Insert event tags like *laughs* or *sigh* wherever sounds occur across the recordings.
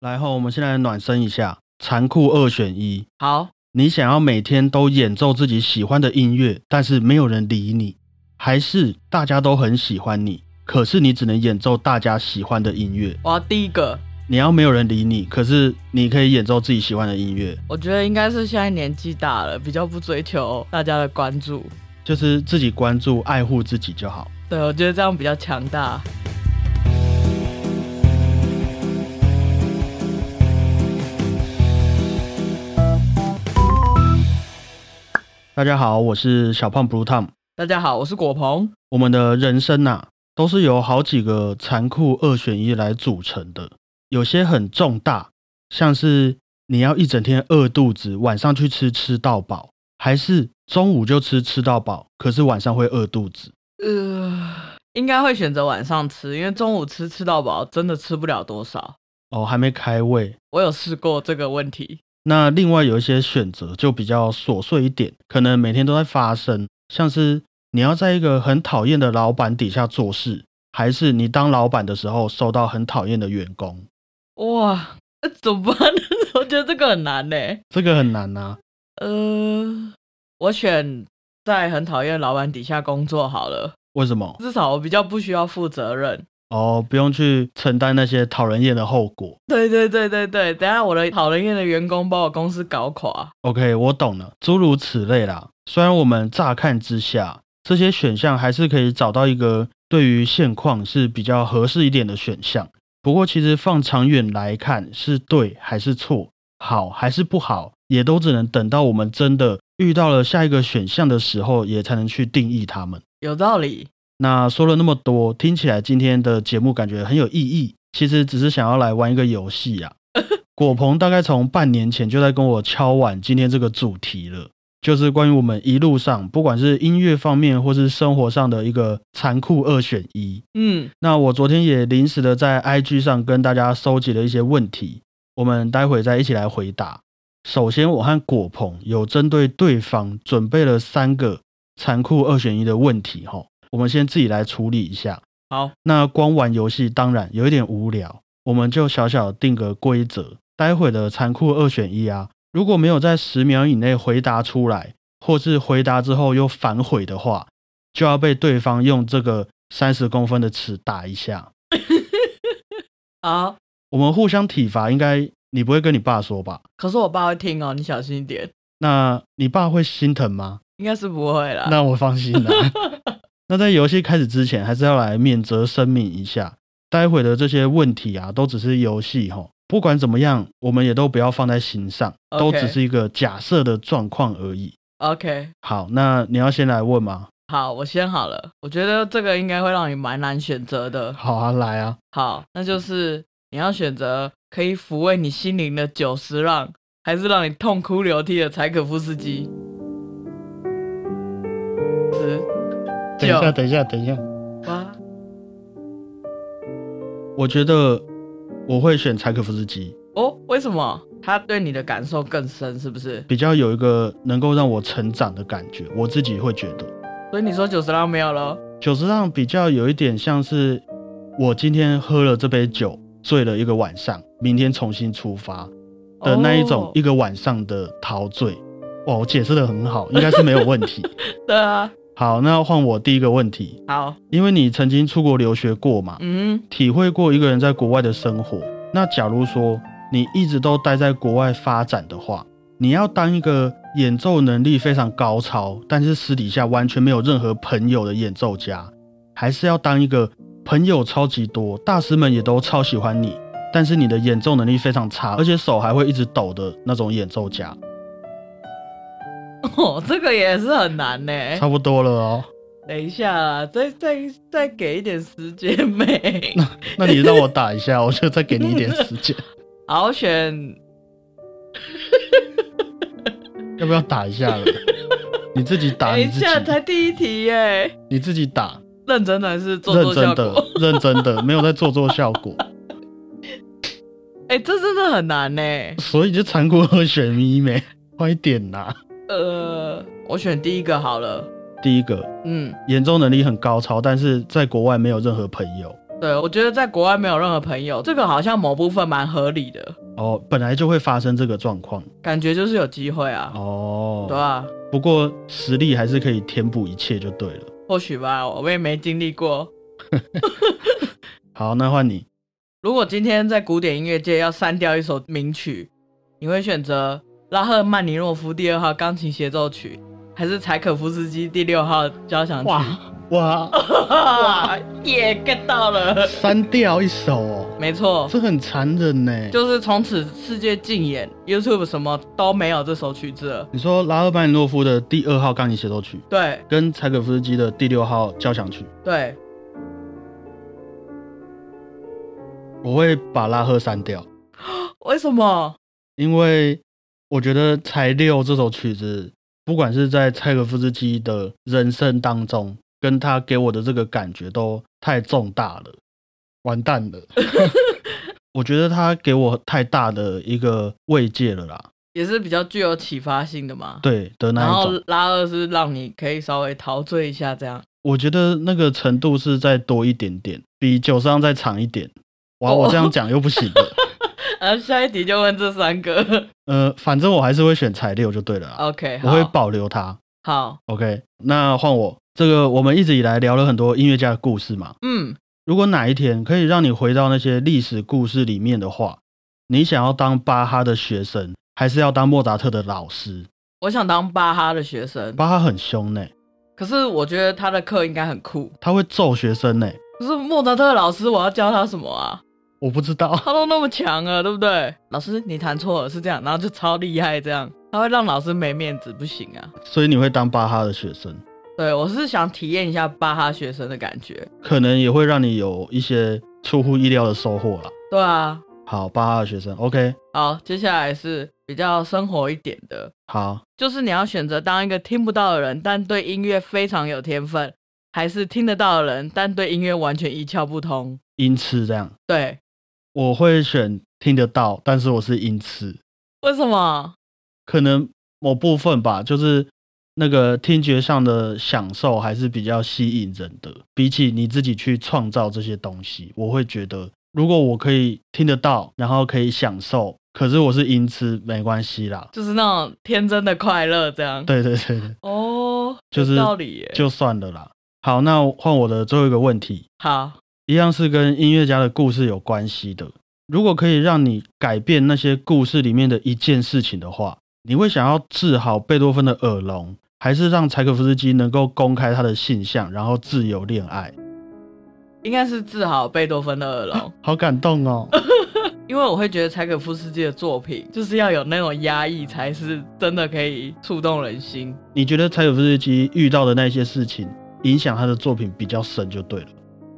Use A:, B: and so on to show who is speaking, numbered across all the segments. A: 来后，我们现在暖身一下，残酷二选一。
B: 好，
A: 你想要每天都演奏自己喜欢的音乐，但是没有人理你，还是大家都很喜欢你，可是你只能演奏大家喜欢的音乐？
B: 我要第一个。
A: 你要没有人理你，可是你可以演奏自己喜欢的音乐，
B: 我觉得应该是现在年纪大了，比较不追求大家的关注。
A: 就是自己关注、爱护自己就好。
B: 对，我觉得这样比较强大。
A: 大家好，我是小胖 Blue Tom。
B: 大家好，我是果鹏。
A: 我们的人生呐、都是由好几个残酷二选一来组成的，有些很重大，像是你要一整天饿肚子，晚上去吃吃到饱，还是中午就吃吃到饱，可是晚上会饿肚子。
B: 呃，应该会选择晚上吃，因为中午吃吃到饱真的吃不了多少。
A: 哦，还没开胃。
B: 我有试过这个问题。
A: 那另外有一些选择就比较琐碎一点，可能每天都在发生，像是你要在一个很讨厌的老板底下做事，还是你当老板的时候收到很讨厌的员工。
B: 哇，那怎么办？ *laughs* 我觉得这个很难呢。
A: 这个很难啊，
B: 呃，我选在很讨厌老板底下工作好了，
A: 为什么？
B: 至少我比较不需要负责任。
A: 哦，不用去承担那些讨人厌的后果。
B: *laughs* 对对对对对，等下我的讨人厌的员工把我公司搞垮，
A: OK，我懂了，诸如此类啦。虽然我们乍看之下，这些选项还是可以找到一个对于现况是比较合适一点的选项，不过其实放长远来看，是对还是错，好还是不好，也都只能等到我们真的遇到了下一个选项的时候，也才能去定义它们。
B: 有道理。
A: 那说了那么多，听起来今天的节目感觉很有意义。其实只是想要来玩一个游戏啊。 *laughs* 果鹏大概从半年前就在跟我敲碗今天这个主题了，就是关于我们一路上，不管是音乐方面或是生活上的一个残酷二选一。
B: 嗯，
A: 那我昨天也临时的在 IG 上跟大家收集了一些问题，我们待会再一起来回答。首先，我和果鹏有针对对方准备了三个残酷二选一的问题哈，我们先自己来处理一下。
B: 好，
A: 那光玩游戏当然有一点无聊，我们就小小定个规则，待会的残酷二选一啊，如果没有在十秒以内回答出来，或是回答之后又反悔的话，就要被对方用这个三十公分的尺打一下。
B: 好。
A: 我们互相体罚，应该你不会跟你爸说吧？
B: 可是我爸会听哦，你小心一点，
A: 那你爸会心疼吗？
B: 应该是不会啦。
A: 那我放心了。 *laughs* 那在游戏开始之前，还是要来免责声明一下，待会的这些问题啊，都只是游戏哈。不管怎么样，我们也都不要放在心上
B: OK
A: 都只是一个假设的状况而已。
B: OK，
A: 好，那你要先来问吗？
B: 好，我先好了。我觉得这个应该会让你蛮难选择的。
A: 好啊，来啊。
B: 好，那就是你要选择可以抚慰你心灵的九十让，还是让你痛哭流涕的柴可夫斯基？十
A: 等一下，
B: 九
A: 等一下，等一下。
B: 八，
A: 我觉得我会选柴可夫斯基，
B: 哦，为什么他对你的感受更深？是不是？
A: 比较有一个能够让我成长的感觉，我自己会觉得。
B: 所以你说九十让没有咯？
A: 酒桌上比较有一点像是我今天喝了这杯酒，醉了一个晚上，明天重新出发的那一种
B: 哦
A: 一个晚上的陶醉。哇，我解释的很好，应该是没有问题。
B: 对啊，
A: 好，那换我第一个问题，
B: 好，
A: 因为你曾经出国留学过嘛，
B: 嗯，
A: 体会过一个人在国外的生活。那假如说你一直都待在国外发展的话，你要当一个演奏能力非常高超，但是私底下完全没有任何朋友的演奏家，还是要当一个朋友超级多，大师们也都超喜欢你，但是你的演奏能力非常差，而且手还会一直抖的那种演奏家？
B: *laughs* 哦，这个也是很难呢。
A: 差不多了哦，
B: 等一下啊，再再再给一点时间呗。
A: 那你让我打一下，我就再给你一点时
B: *laughs*
A: 间，
B: 好，我选
A: 要不要打一下
B: *laughs*
A: 了？你自己打
B: 等
A: 你
B: 一
A: 自己，
B: 下哎才第一题耶，
A: 你自己打。
B: 认真的还是做
A: 认
B: 做
A: 真
B: 效果
A: 的？，认真的，没有在做做效
B: *laughs*
A: 果，
B: 哎、这真的很难呢。
A: 所以就残酷二选一没， *laughs* 快点啦！
B: 呃，我选第一个好了。
A: 第一个，
B: 嗯，
A: 演奏能力很高超，但是在国外没有任何朋友，
B: 对，我觉得在国外没有任何朋友，这个好像某部分蛮合理的，
A: 哦，本来就会发生这个状况
B: 感觉就是有机会啊，
A: 哦。
B: 对啊，
A: 不过实力还是可以填补一切就对了。
B: 或许吧，我也没经历过。
A: 好，那换你。
B: 如果今天在古典音乐界要删掉一首名曲，你会选择拉赫曼尼诺夫第二号钢琴协奏曲，还是柴可夫斯基第六号交响曲？
A: 哇，
B: 哇， *laughs* 也 get 到了，
A: 删掉一首、
B: *laughs*
A: 哦，
B: 没错，
A: 这很残忍呢。
B: 就是从此世界禁演 YouTube 什么都没有这首曲子了。
A: 你说拉赫曼尼诺夫的第二号钢琴协奏曲
B: 对
A: 跟柴可夫斯基的第六号交响曲，
B: 对，
A: 我会把拉赫删掉，
B: 为什么？
A: 因为我觉得《柴六》这首曲子，不管是在柴可夫斯基的人生当中，跟他给我的这个感觉都太重大了，完蛋
B: *laughs*
A: 了。我觉得他给我太大的一个慰藉了啦，
B: 也是比较具有启发性的嘛。
A: 对的
B: 然
A: 那一
B: 后
A: 种，
B: 拉二是让你可以稍微陶醉一下，这样。
A: 我觉得那个程度是再多一点点，比九上再长一点。哇，
B: 哦
A: 我
B: *laughs*
A: 这样讲又不行了。
B: 然后呃下一题就问这三个。 *laughs*
A: 呃，反正我还是会选材料就对了啦，
B: OK，
A: 我会
B: 哦好
A: 保留它。
B: 好，
A: OK，那换我。这个我们一直以来聊了很多音乐家的故事嘛，
B: 嗯，
A: 如果哪一天可以让你回到那些历史故事里面的话，你想要当巴哈的学生，还是要当莫扎特的老师？
B: 我想当巴哈的学生，
A: 巴哈很凶呢、
B: 可是我觉得他的课应该很酷。
A: 他会揍学生呢、
B: 可是莫扎特老师，我要教他什么啊？
A: 我不知道。 *laughs*
B: 他都那么强了，对不对？老师，你弹错了，是这样，然后就超厉害这样，他会让老师没面子，不行啊。
A: 所以你会当巴哈的学生，
B: 对我是想体验一下巴哈学生的感觉。
A: 可能也会让你有一些出乎意料的收获啦。
B: 对啊，
A: 好，巴哈的学生，OK，
B: 好，接下来是比较生活一点的，
A: 好，
B: 就是你要选择当一个听不到的人，但对音乐非常有天分，还是听得到的人，但对音乐完全一窍不通。
A: 因此这样。
B: 对，
A: 我会选听得到，但是我是音痴，
B: 为什么？
A: 可能某部分吧，就是那个听觉上的享受还是比较吸引人的。比起你自己去创造这些东西，我会觉得，如果我可以听得到，然后可以享受，可是我是音痴，没关系啦。
B: 就是那种天真的快乐这样。
A: 对对对对，
B: 哦，
A: 就是
B: 有道理耶。
A: 就算了啦。好，那换我的最后一个问题，
B: 好，
A: 一样是跟音乐家的故事有关系的。如果可以让你改变那些故事里面的一件事情的话，你会想要治好贝多芬的耳聋，还是让柴可夫斯基能够公开他的性向，然后自由恋爱？
B: 应该是治好贝多芬的耳聋，
A: 好感动哦！
B: 因为我会觉得柴可夫斯基的作品就是要有那种压抑，才是真的可以触动人心。
A: 你觉得柴可夫斯基遇到的那些事情影响他的作品比较深就对了。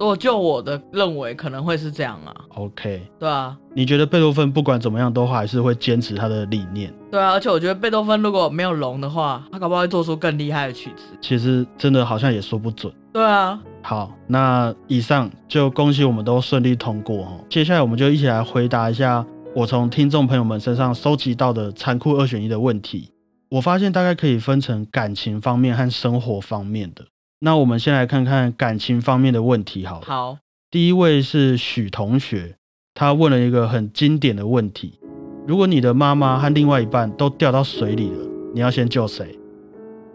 B: 如果就我的认为，可能会是这样啊，
A: OK，
B: 对啊，
A: 你觉得贝多芬不管怎么样都还是会坚持他的理念？
B: 对啊，而且我觉得贝多芬如果没有聋的话，他搞不好会做出更厉害的曲子。
A: 其实真的好像也说不准。
B: 对啊，
A: 好，那以上就恭喜我们都顺利通过哦。接下来我们就一起来回答一下我从听众朋友们身上收集到的残酷二选一的问题。我发现大概可以分成感情方面和生活方面的。那我们先来看看感情方面的问题好了。
B: 好，
A: 第一位是许同学，他问了一个很经典的问题：如果你的妈妈和另外一半都掉到水里了，你要先救谁？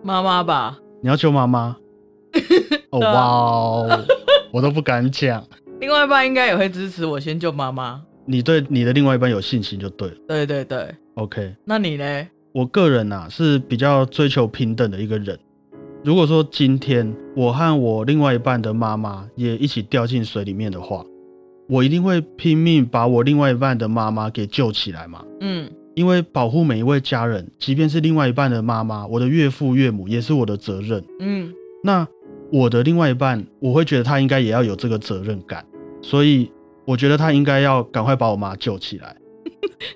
B: 妈妈吧，
A: 你要救妈妈？哦
B: 对啊
A: 哇哦，我都不敢讲。
B: 另外一半应该也会支持我先救妈妈。
A: 你对你的另外一半有信心就对了。
B: 对对对，
A: OK，
B: 那你呢？
A: 我个人啊是比较追求平等的一个人。如果说今天我和我另外一半的妈妈也一起掉进水里面的话，我一定会拼命把我另外一半的妈妈给救起来嘛。
B: 嗯，
A: 因为保护每一位家人，即便是另外一半的妈妈，我的岳父岳母也是我的责任。
B: 嗯，
A: 那我的另外一半，我会觉得他应该也要有这个责任感，所以我觉得他应该要赶快把我妈救起来。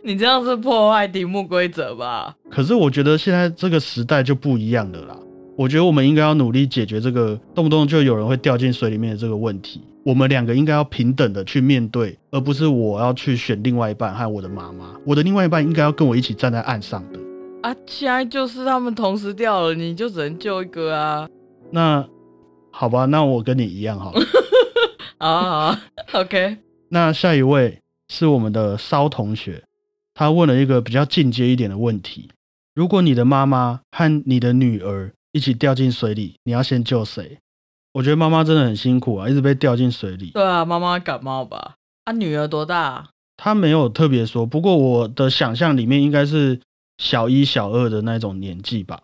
B: 你这样是破坏题目规则吧？
A: 可是我觉得现在这个时代就不一样了啦。我觉得我们应该要努力解决这个动不动就有人会掉进水里面的这个问题。我们两个应该要平等的去面对，而不是我要去选另外一半和我的妈妈。我的另外一半应该要跟我一起站在岸上的。
B: 啊，现在就是他们同时掉了，你就只能救一个啊。
A: 那好吧，那我跟你一样好了。
B: 啊、o *laughs* k
A: 那下一位是我们的骚同学，他问了一个比较进阶一点的问题：如果你的妈妈和你的女儿一起掉进水里，你要先救谁？我觉得妈妈真的很辛苦啊，一直被掉进水里。
B: 对啊，妈妈感冒吧？啊，女儿多大、
A: 他没有特别说，不过我的想象里面应该是小一、小二的那种年纪吧。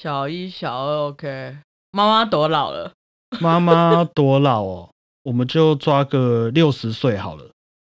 B: 小一、小二，OK。妈妈多老了？
A: 妈妈多老哦？ *laughs* 我们就抓个六十岁好了，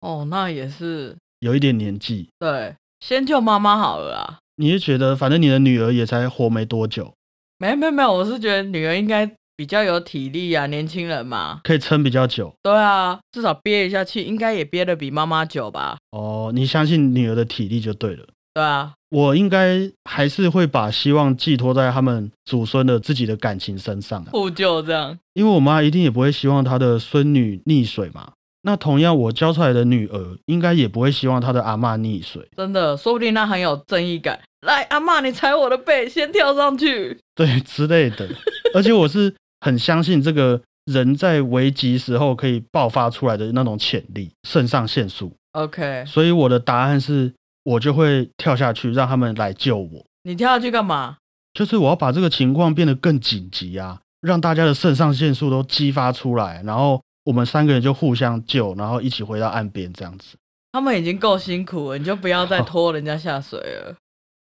B: 哦，那也是。
A: 有一点年纪。
B: 对，先救妈妈好了啊啦。
A: 你是觉得反正你的女儿也才活没多久，
B: 没没没有，我是觉得女儿应该比较有体力啊，年轻人嘛。
A: 可以撑比较久
B: 对啊，至少憋一下气，应该也憋得比妈妈久吧？
A: 哦。你相信女儿的体力就对了。
B: 对啊，
A: 我应该还是会把希望寄托在他们祖孙的自己的感情身上啊，
B: 互救这样。
A: 因为我妈一定也不会希望她的孙女溺水嘛。那同样，我教出来的女儿应该也不会希望她的阿嬷溺水。
B: 真的，说不定他很有正义感。来，阿嬷，你踩我的背，先跳上去。
A: 对 *laughs* 之类的。而且我是很相信这个人在危急时候可以爆发出来的那种潜力，肾上腺素。
B: OK，
A: 所以我的答案是，我就会跳下去让他们来救我。
B: 你跳下去干嘛？
A: 就是我要把这个情况变得更紧急啊，让大家的肾上腺素都激发出来，然后我们三个人就互相救，然后一起回到岸边这样子。
B: 他们已经够辛苦了，你就不要再拖人家下水了。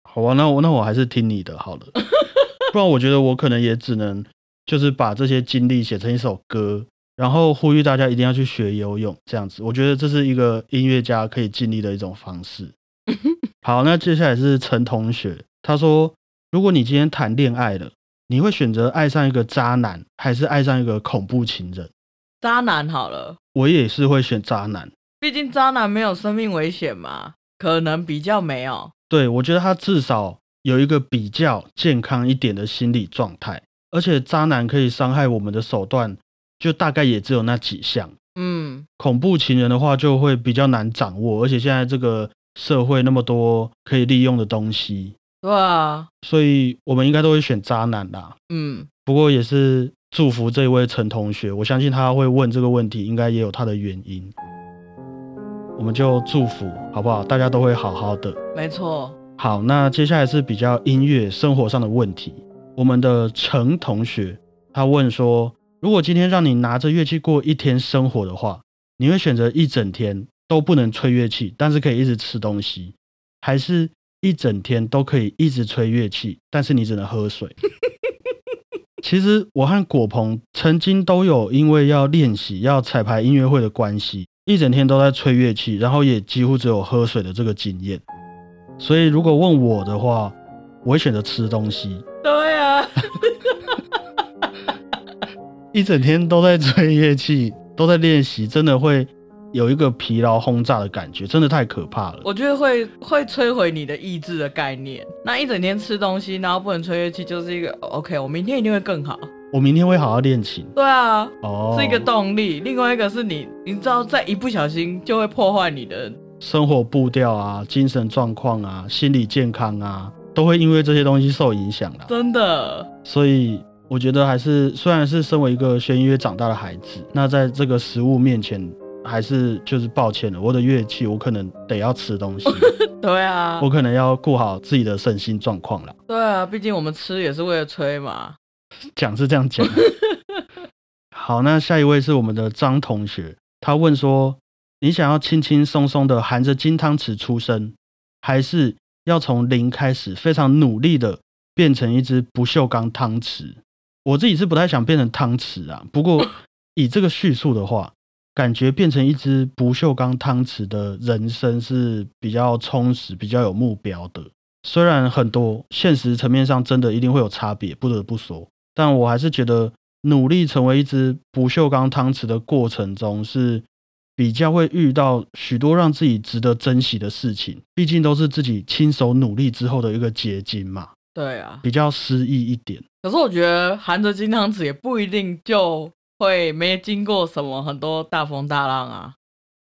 B: *laughs*
A: 好吧，那我那我还是听你的好了，不然我觉得我可能也只能就是把这些经历写成一首歌，然后呼吁大家一定要去学游泳，这样子，我觉得这是一个音乐家可以尽力的一种方式。好，那接下来是陈同学，他说，如果你今天谈恋爱了，你会选择爱上一个渣男，还是爱上一个恐怖情人？
B: 渣男好了，
A: 我也是会选渣男，
B: 毕竟渣男没有生命危险嘛，可能比较没有。
A: 对，我觉得他至少有一个比较健康一点的心理状态，而且渣男可以伤害我们的手段，就大概也只有那几项。
B: 嗯，
A: 恐怖情人的话就会比较难掌握，而且现在这个社会那么多可以利用的东西，
B: 对啊，
A: 所以我们应该都会选渣男啦。
B: 嗯，
A: 不过也是祝福这位陈同学，我相信他会问这个问题，应该也有他的原因。我们就祝福好不好？大家都会好好的。
B: 没错。
A: 好，那接下来是比较音乐生活上的问题。我们的陈同学他问说，如果今天让你拿着乐器过一天生活的话，你会选择一整天都不能吹乐器，但是可以一直吃东西，还是一整天都可以一直吹乐器，但是你只能喝水？ *laughs* 其实我和果鹏曾经都有因为要练习、要彩排音乐会的关系，一整天都在吹乐器，然后也几乎只有喝水的这个经验。所以如果问我的话，我会选择吃东西。
B: 对啊， *laughs*
A: 一整天都在吹乐器，都在练习，真的会有一个疲劳轰炸的感觉，真的太可怕了。
B: 我觉得会会摧毁你的意志的概念。那一整天吃东西，然后不能吹乐器，就是一个 OK。我明天一定会更好。
A: 我明天会好好练琴
B: 对啊，
A: 哦，
B: 是一个动力。另外一个是你，你知道，再一不小心就会破坏你的。
A: 生活步调啊、精神状况啊、心理健康啊，都会因为这些东西受影响啦。
B: 真的，
A: 所以我觉得还是，虽然是身为一个学音乐长大的孩子，那在这个食物面前，还是就是抱歉了，我的乐器我可能得要吃东西。
B: 对啊
A: 我，可能要顾好自己的身心状况啦。
B: 对啊。毕竟我们吃也是为了吹嘛。
A: 讲是这样讲。好，那下一位是我们的张同学，他问说：你想要轻轻松松的含着金汤匙出生，还是要从零开始，非常努力的变成一只不锈钢汤匙？我自己是不太想变成汤匙啊，不过以这个叙述的话，感觉变成一只不锈钢汤匙的人生是比较充实、比较有目标的。虽然很多现实层面上真的一定会有差别，不得不说，但我还是觉得努力成为一只不锈钢汤匙的过程中是比较会遇到许多让自己值得珍惜的事情，毕竟都是自己亲手努力之后的一个结晶嘛，
B: 对啊。
A: 比较诗意一点。
B: 可是我觉得含着金汤匙也不一定就会没经过什么很多大风大浪啊。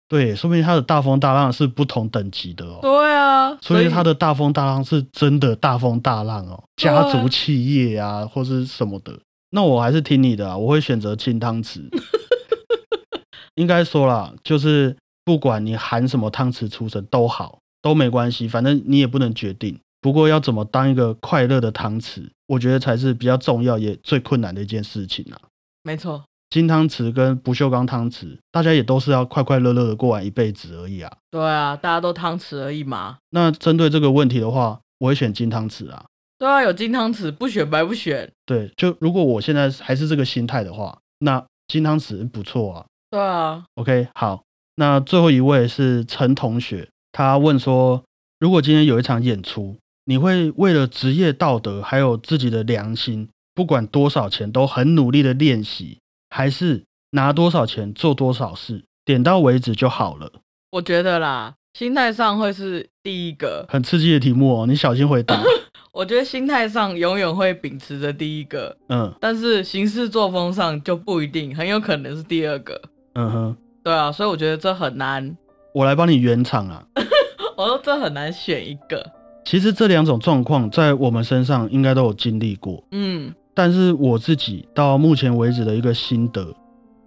A: 对，说明他的大风大浪是不同等级的哦。
B: 对啊，
A: 所以他的大风大浪是真的大风大浪哦，
B: 对
A: 家
B: 啊
A: 族企业啊，或是什么的。那我还是听你的、啊，我会选择清汤匙。应该说啦，就是不管你含什么汤匙出生都好，都没关系，反正你也不能决定。不过要怎么当一个快乐的汤匙，我觉得才是比较重要也最困难的一件事情啊。
B: 没错，
A: 金汤匙跟不锈钢汤匙，大家也都是要快快乐乐的过完一辈子而已啊。
B: 对啊，大家都汤匙而已嘛。
A: 那针对这个问题的话，我会选金汤匙啊。
B: 对啊，有金汤匙不选白不选。
A: 对，就如果我现在还是这个心态的话，那金汤匙不错啊。
B: 对啊，
A: OK，好，那最后一位是陈同学，他问说，如果今天有一场演出，你会为了职业道德还有自己的良心，不管多少钱都很努力的练习，还是拿多少钱做多少事，点到为止就好了？
B: 我觉得啦，心态上会是第一个。
A: 很刺激的题目哦，你小心回答。
B: 我觉得心态上永远会秉持着第一个，
A: 嗯
B: 但是行事作风上就不一定，很有可能是第二个。
A: 嗯哼，
B: 对啊，所以我觉得这很难， *laughs*
A: 我来帮你圆场啊。
B: 我说这很难选一个。
A: 其实这两种状况在我们身上应该都有经历过。
B: 嗯，
A: 但是我自己到目前为止的一个心得，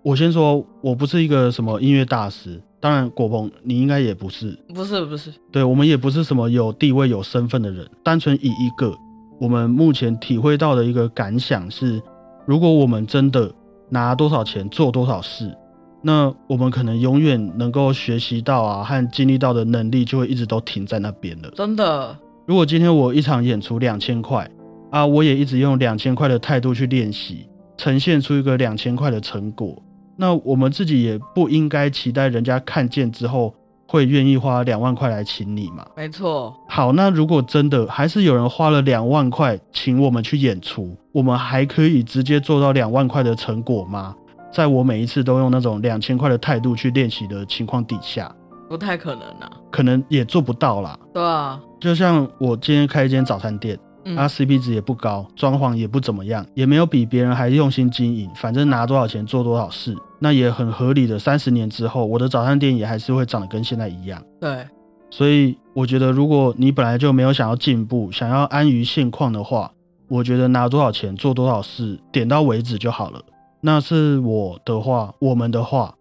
A: 我先说，我不是一个什么音乐大师，当然果鹏你应该也不是，
B: 不是不是，
A: 对我们也不是什么有地位、有身份的人，单纯以一个我们目前体会到的一个感想是，如果我们真的拿多少钱做多少事，那我们可能永远能够学习到啊和经历到的能力就会一直都停在那边了。
B: 真的，
A: 如果今天我一场演出两千块啊，我也一直用两千块的态度去练习，呈现出一个两千块的成果，那我们自己也不应该期待人家看见之后会愿意花两万块来请你嘛。
B: 没错，
A: 好，那如果真的还是有人花了两万块请我们去演出，我们还可以直接做到两万块的成果吗？在我每一次都用那种两千块的态度去练习的情况底下，
B: 不太可能啊。
A: 可能也做不到啦。
B: 对啊，
A: 就像我今天开一间早餐店。
B: 嗯，
A: 它 CP 啊值也不高，装潢也不怎么样，也没有比别人还用心经营，反正拿多少钱做多少事，那也很合理的。三十年之后，我的早餐店也还是会长得跟现在一样。
B: 对，
A: 所以我觉得，如果你本来就没有想要进步，想要安于现况的话，我觉得拿多少钱做多少事，点到为止就好了。那是我的话，我们的话，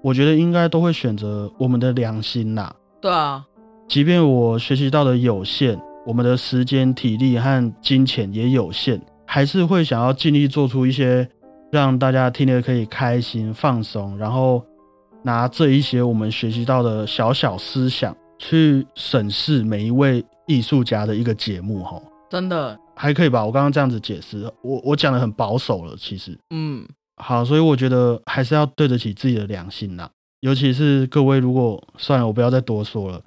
A: 我觉得应该都会选择我们的良心啦。
B: 对啊，
A: 即便我学习到的有限，我们的时间、体力和金钱也有限，还是会想要尽力做出一些让大家听了可以开心、放松，然后拿这一些我们学习到的小小思想去审视每一位艺术家的一个节目，哈，
B: 真的，
A: 还可以吧？我刚刚这样子解释，我我讲的很保守了，其实。
B: 嗯，
A: 好，所以我觉得还是要对得起自己的良心啦。尤其是各位，如果算了，我不要再多说了。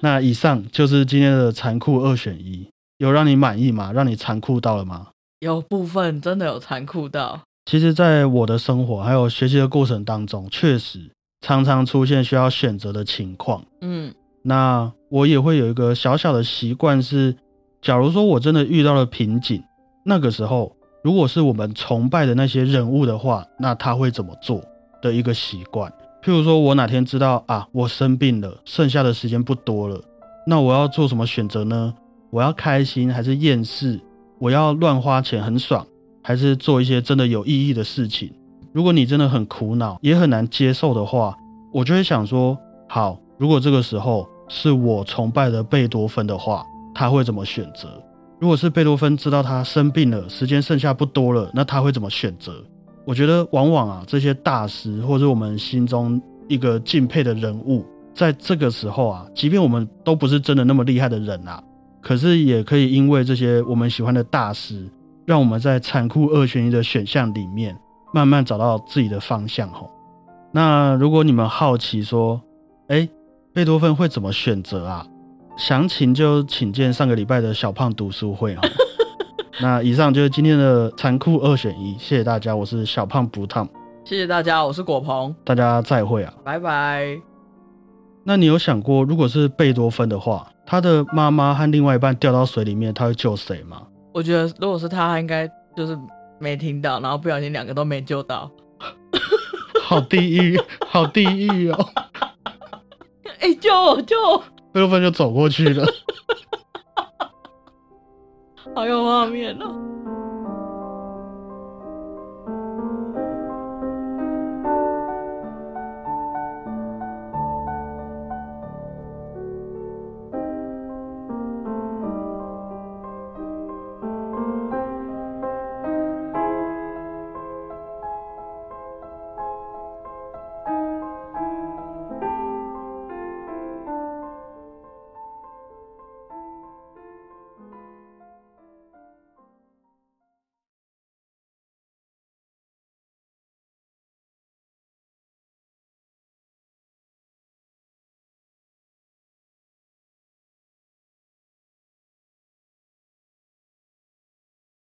A: 那以上就是今天的残酷二选一，有让你满意吗？让你残酷到了吗？
B: 有部分真的有残酷到，
A: 其实，在我的生活还有学习的过程当中，确实常常出现需要选择的情况。
B: 嗯，
A: 那我也会有一个小小的习惯是，假如说我真的遇到了瓶颈，那个时候如果是我们崇拜的那些人物的话，那他会怎么做的一个习惯。譬如说，我哪天知道啊，我生病了，剩下的时间不多了，那我要做什么选择呢？我要开心还是厌世？我要乱花钱很爽，还是做一些真的有意义的事情？如果你真的很苦恼，也很难接受的话，我就会想说，好，如果这个时候是我崇拜的贝多芬的话，他会怎么选择？如果是贝多芬知道他生病了，时间剩下不多了，那他会怎么选择？我觉得往往啊，这些大师或者我们心中一个敬佩的人物，在这个时候啊，即便我们都不是真的那么厉害的人啊，可是也可以因为这些我们喜欢的大师，让我们在残酷二选一的选项里面，慢慢找到自己的方向吼。那如果你们好奇说，哎，贝多芬会怎么选择啊？详情就请见上个礼拜的小胖读书会哦。那以上就是今天的残酷二选一，谢谢大家，我是小胖不烫，
B: 谢谢大家，我是果鹏，
A: 大家再会啊。
B: 拜拜。
A: 那你有想过，如果是贝多芬的话，他的妈妈和另外一半掉到水里面，他会救谁吗？
B: 我觉得如果是他，他应该就是没听到，然后不小心两个都没救到。 *laughs*
A: 好地狱，好地狱哦！
B: 哎、救我救我！
A: 贝多芬就走过去了。
B: 好有画面哦。